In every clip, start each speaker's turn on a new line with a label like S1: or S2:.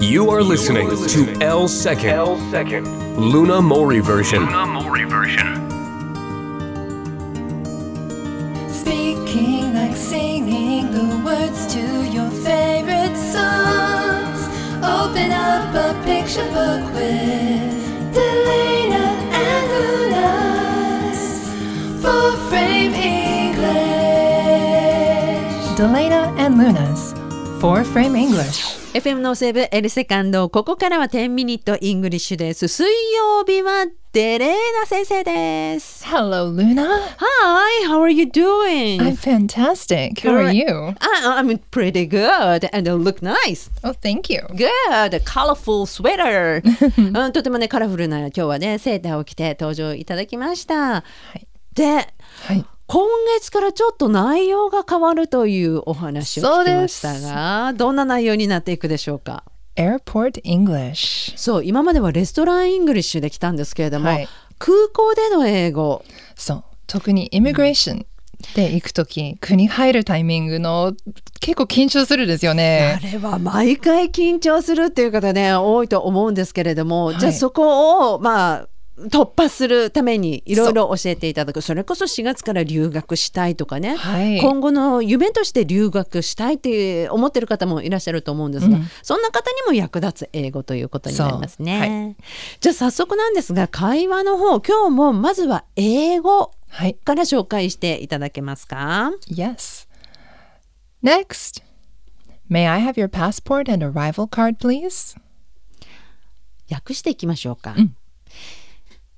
S1: You are listening to L Second,
S2: L second.
S1: Luna Mori version.
S2: Luna Mori version.
S3: Speaking like singing the words to your favorite songs. Open up a picture book with Delana and Lunas for frame English. Delana and Lunas for frame English.
S4: FM のセーブ L セカンドここからは10ミニットイングリッシュです水曜日はデレーナ先生です
S3: Hello, Luna.
S4: Hi how are you doing?
S3: I'm fantastic. How are you?
S4: I, I'm pretty good and look nice
S3: Oh, thank you.
S4: Good colorful sweater うんとてもねカラフルな今日はねセーターを着て登場いただきました、で
S3: はい。
S4: 今月からちょっと内容が変わるというお話を聞きましたがどんな内容になっていくでしょうか
S3: Airport English.
S4: そう今まではレストランイングリッシュできたんですけれども、
S3: はい
S4: 空港での英語
S3: そう特にイミグレーションで行く時国入るタイミングの結構緊張するんですよ
S4: あ
S3: ね。
S4: れは毎回緊張するっていう方ね多いと思うんですけれども、
S3: い
S4: じゃあそこをまあ突破するためにいろいろ教えていただくそれこそ4月から留学したいとかね、
S3: はい
S4: 今後の夢として留学したいって思ってる方もいらっしゃると思うんですが、そんな方にも役立つ英語ということになりますね。
S3: そう
S4: じゃあ早速なんですが会話の方今日もまずは英語
S3: はい。
S4: から紹介していただけますか
S3: Yes. Next. May I have your passport and arrival card, please?
S4: 訳していきましょうか、
S3: うん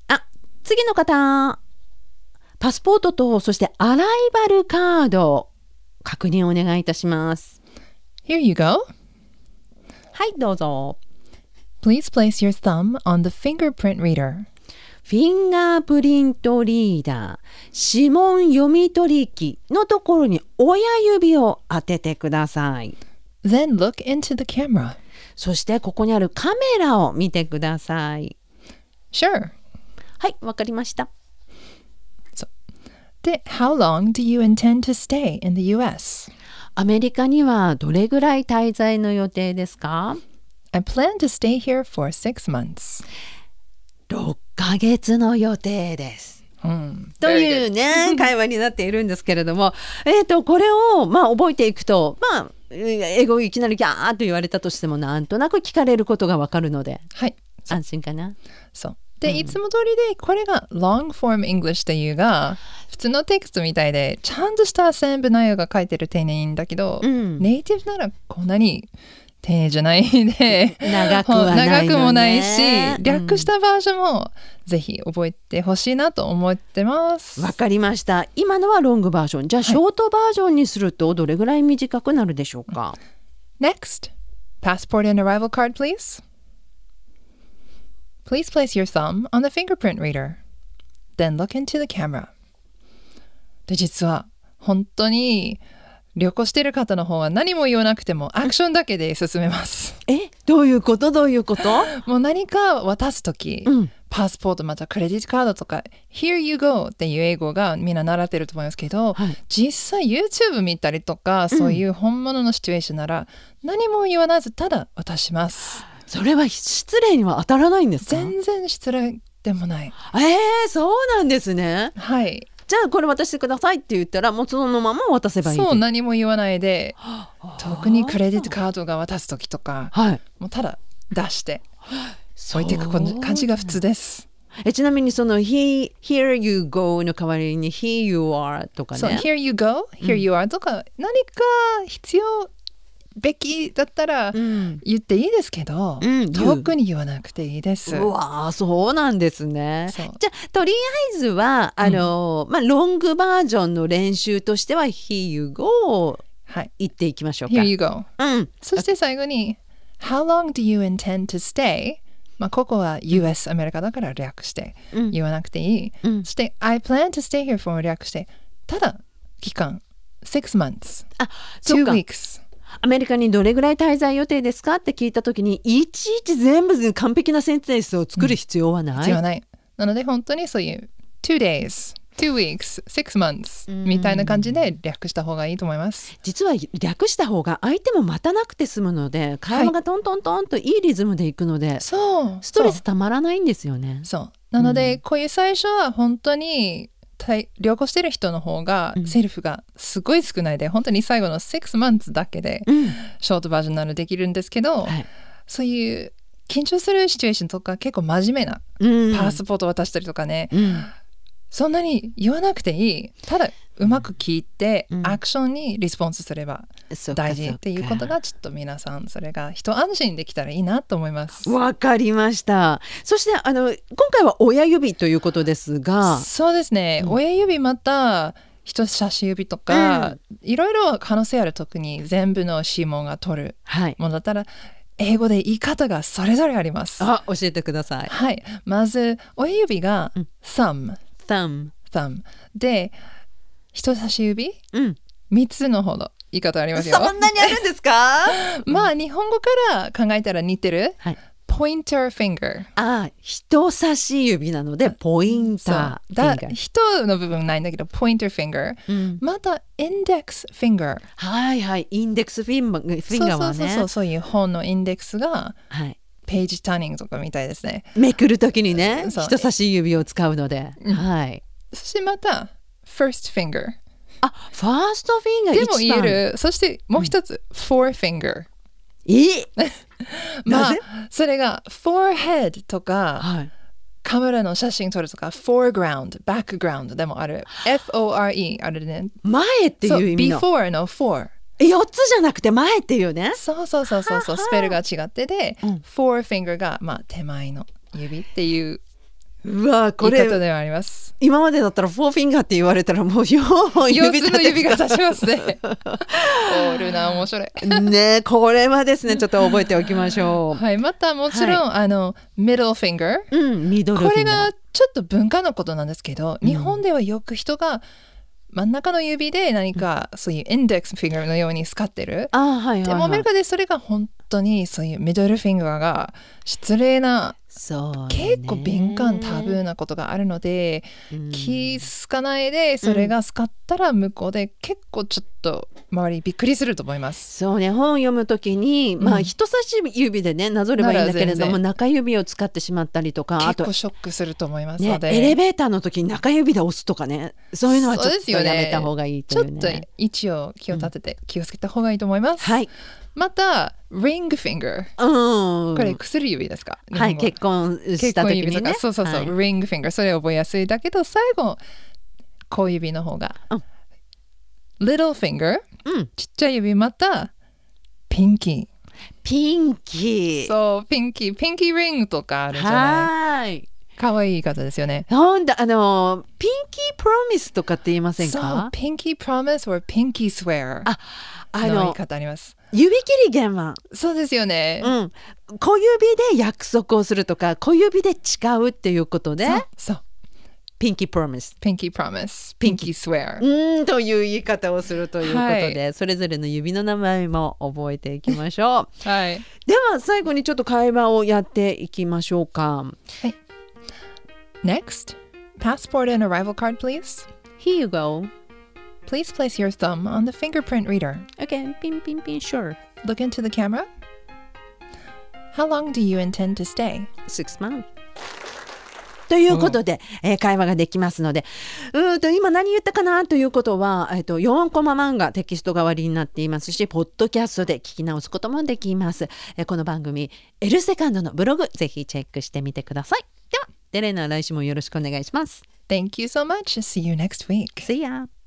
S4: あ次の方パスポートとそしてアライバルカード確認お願いいたします
S3: Here you go.
S4: はいどうぞ
S3: Please place your thumb on the fingerprint reader.
S4: フィンガープリントリーダー指紋読み取り機のところに親指を当ててください
S3: Then look into the camera.
S4: そしてここにあるカメラを見てください
S3: Sure.
S4: はいわかりました
S3: で How long do you intend to stay in the U.S.?
S4: アメリカにはどれぐらい滞在の予定ですか
S3: I plan to stay here for six months.
S4: 6ヶ月の予定です。
S3: うん
S4: というね 会話になっているんですけれども、えー、とこれを、まあ、覚えていくと、まあ、英語いきなりギャーッと言われたとしてもなんとなく聞かれることがわかるので
S3: はい。
S4: 安心かな。
S3: そう。で、いつも通りで、これが long form English というが、普通のテキストみたいで、ちゃんとした全部内容が書いてる丁寧にんだけど、
S4: うん
S3: ネイティブならこんなに丁寧じゃないで、
S4: 長くはない のね
S3: 長くもないし
S4: う、ん
S3: 略したバージョンもぜひ覚えてほしいなと思ってます。
S4: わかりました今のはロングバージョンじゃあショートバージョンにするとどれぐらい短くなるでしょうか、
S3: Next, passport and arrival card, please. Please place your thumb on the fingerprint reader. Then look into the camera. で、実は本当に旅行してる方の方は何も言わなくてもアクションだけで進めます。
S4: えどういうことどういうこと
S3: もう何か渡すとき、
S4: うん
S3: パスポートまたクレジットカードとか「Here you go」っていう英語がみんな習ってると思いますけど、
S4: はい
S3: 実際 YouTube 見たりとかそういう本物のシチュエーションなら何も言わなずただ渡します。
S4: それは失礼には当たらないんですか
S3: 全然失礼でもない。
S4: えー、そうなんですね。
S3: はい、
S4: じゃあこれ渡してくださいって言ったらもうそのまま渡せばいいと
S3: そう何も言わないで
S4: あー
S3: 特にクレジットカードが渡す時とか
S4: はい
S3: もうただ出して置いていくこの感じが普通です。
S4: えちなみにその「he here you go」の代わりに「he you are」とか
S3: そう、
S4: ね
S3: Here you go, here you are とか、何か必要べきだったら
S4: ん
S3: 言っていいですけど、
S4: うん
S3: 特に言わなくていいです。
S4: うわーそうなんですねじ
S3: そ
S4: ゃ
S3: う
S4: あとりあえずはあのー、まあ、ロングバージョンの練習としては「he you go」を
S3: はい。
S4: 言っていきましょう
S3: Here
S4: か。
S3: you go.
S4: うん、
S3: そして最後に、How long do you intend to stay? まあ、ここは US、アメリカだから略して
S4: うん
S3: 言わなくていい。
S4: うん
S3: そして I plan to stay here for 略して、ただ期間、6 months,
S4: あそ
S3: 2
S4: うか
S3: weeks。
S4: アメリカにどれぐらい滞在予定ですかって聞いた時にいちいち全部完璧なセンテンスを作る必要はない。
S3: 必要はない。なので本当にそういう two days, two weeks, six months みたいな感じで略した方がいいと思います。
S4: 実は略した方が相手も待たなくて済むので会話がトントントンといいリズムでいくので、
S3: そう。
S4: ストレスたまらないんですよね。
S3: そう。なので、こういう最初は本当にたい旅行してる人の方がセリフがすごい少ないで、本当に最後の6 months だけで
S4: うん
S3: ショートバージョンなのできるんですけど、
S4: はい
S3: そういう緊張するシチュエーションとか結構真面目な
S4: うん
S3: パスポート渡したりとかね、
S4: うん
S3: そんなに言わなくていいただうまく聞いて、
S4: うん
S3: アクションにリスポンスすれば
S4: そうか
S3: 大事っていうことがちょっと皆さんそれが一安心できたらいいなと思います。
S4: わかりました。そしてあの今回は親指ということですが、
S3: そうですね、親指また人差し指とか、いろいろ可能性ある特に全部の指紋が取る
S4: はい。
S3: ものだったら英語で言い方がそれぞれあります。
S4: あ教えてください。
S3: はい、まず親指が thumb,
S4: thumb。
S3: thumb で人差し指
S4: うん。
S3: 3つのほど言い方ありますよ
S4: そ。んなにあるんですか？
S3: まあ日本語から考えたら似てる、
S4: はい
S3: pointer finger
S4: あ人差し指なのでポインター。
S3: だ
S4: finger
S3: 人の部分ないんだけど pointer finger、
S4: うん
S3: また index finger
S4: はいはい。インデックスフィンバフィンガーはね。
S3: そうそうそうそうそういう本のインデックスが
S4: はい。
S3: ページターニングとかみたいですね
S4: めくるときにね、
S3: そう
S4: 人差し指を使うので、はい。
S3: そしてまた first finger
S4: あ、ファーストフィンガー
S3: でも
S4: 一
S3: 言
S4: 番。
S3: えるそしてもう一つ、forefinger
S4: え、
S3: ま
S4: な
S3: あ
S4: ぜ
S3: それが forehead とか、
S4: はい。
S3: カメラの写真撮るとか foreground background でもある FORE あるね
S4: 前っていう意味の。
S3: そう before の for
S4: 四つじゃなくて前っていうね。
S3: そうそうそうそうそうスペルが違ってで、
S4: ん
S3: forefinger がまあ手前の指っていう
S4: うわこ
S3: 言い方
S4: れ
S3: ではあります
S4: 今までだったらフォーフィンガーって言われたらもう4 本
S3: 四
S4: 指
S3: つ
S4: 立
S3: の
S4: て
S3: 指が指しますねオールな面白い
S4: ねこれはで すねちょっと覚えておきましょう。
S3: はいまたもちろん、あの middle finger
S4: うん、ミドルフィン
S3: こ
S4: ガー。
S3: れがちょっと文化のことなんですけど、日本ではよく人が真ん中の指で何かそういうインデックスフィンガーのように使ってる、
S4: あーはいはい、はい。
S3: でもアメリカでそれが本当にそういうミドルフィンガーが失礼な
S4: そう、ね。
S3: 結構敏感タブーなことがあるので、気づかないでそれが使ったら向こうで結構ちょっと周りびっくりすると思います。
S4: そうね本を読むときに、まあ人差し指でねなぞればいいんだけれど
S3: なら全
S4: も
S3: 然
S4: 中指を使ってしまったりとかあ
S3: 結
S4: と
S3: 構、ショックすると思います
S4: ね
S3: の、で、
S4: エレベーターの時に中指で押すとかねそういうのはちょっ
S3: そうです
S4: と
S3: よ
S4: や
S3: ね
S4: めた方がいい
S3: ちょ
S4: という
S3: っ
S4: ね
S3: と位置を気を立てて気をつけた方がいいと思います。
S4: はい、
S3: また、リングフィンガー。
S4: うん、
S3: これ薬指ですか、
S4: は
S3: 日本
S4: い
S3: 語
S4: 結婚した時に
S3: 結婚指と
S4: ね
S3: か。そうそうそう、
S4: はい
S3: リングフィンガー。それ覚えやすいだけど、最後、小指の方が。
S4: うん
S3: little finger、
S4: うん
S3: ちっちゃい指また、ピンキ
S4: ピン
S3: ー。
S4: キー。
S3: そう、ピンキー。ピンキーリングとかあるじゃな
S4: はーい。
S3: い。かわいい方ですよね。
S4: 本当あのピンキープロミスとかって言いません
S3: そう
S4: か、？
S3: ピンキープロミス or ピンキースウェア
S4: あ、あ
S3: の言い
S4: の
S3: 方あります。
S4: 指切り玄は
S3: そうですよね。
S4: うん、小指で約束をするとか、小指で誓うっていうことで、
S3: そう。
S4: ピンキープロミス。
S3: ピンキープロミス、ピンキースウェア
S4: う。ーんという言い方をするということで、
S3: は
S4: それぞれの指の名前も覚えていきましょう。
S3: はい。
S4: では最後にちょっと会話をやっていきましょうか。
S3: Next, passport and arrival card, please.
S4: Here you go.
S3: Please place your thumb on the fingerprint reader.
S4: Okay, ピンピンピン sure.
S3: Look into the camera. How long do you intend to stay?
S4: six months ということで、えー会話ができますのでうーんと今何言ったかなということは、えー、と4コマ漫画テキスト代わりになっていますしポッドキャストで聞き直すこともできます、えーこの番組「L セカンド」のブログぜひチェックしてみてくださいではデレーナ来週もよろしくお願いします
S3: Thank you so much. See you next week.
S4: See ya!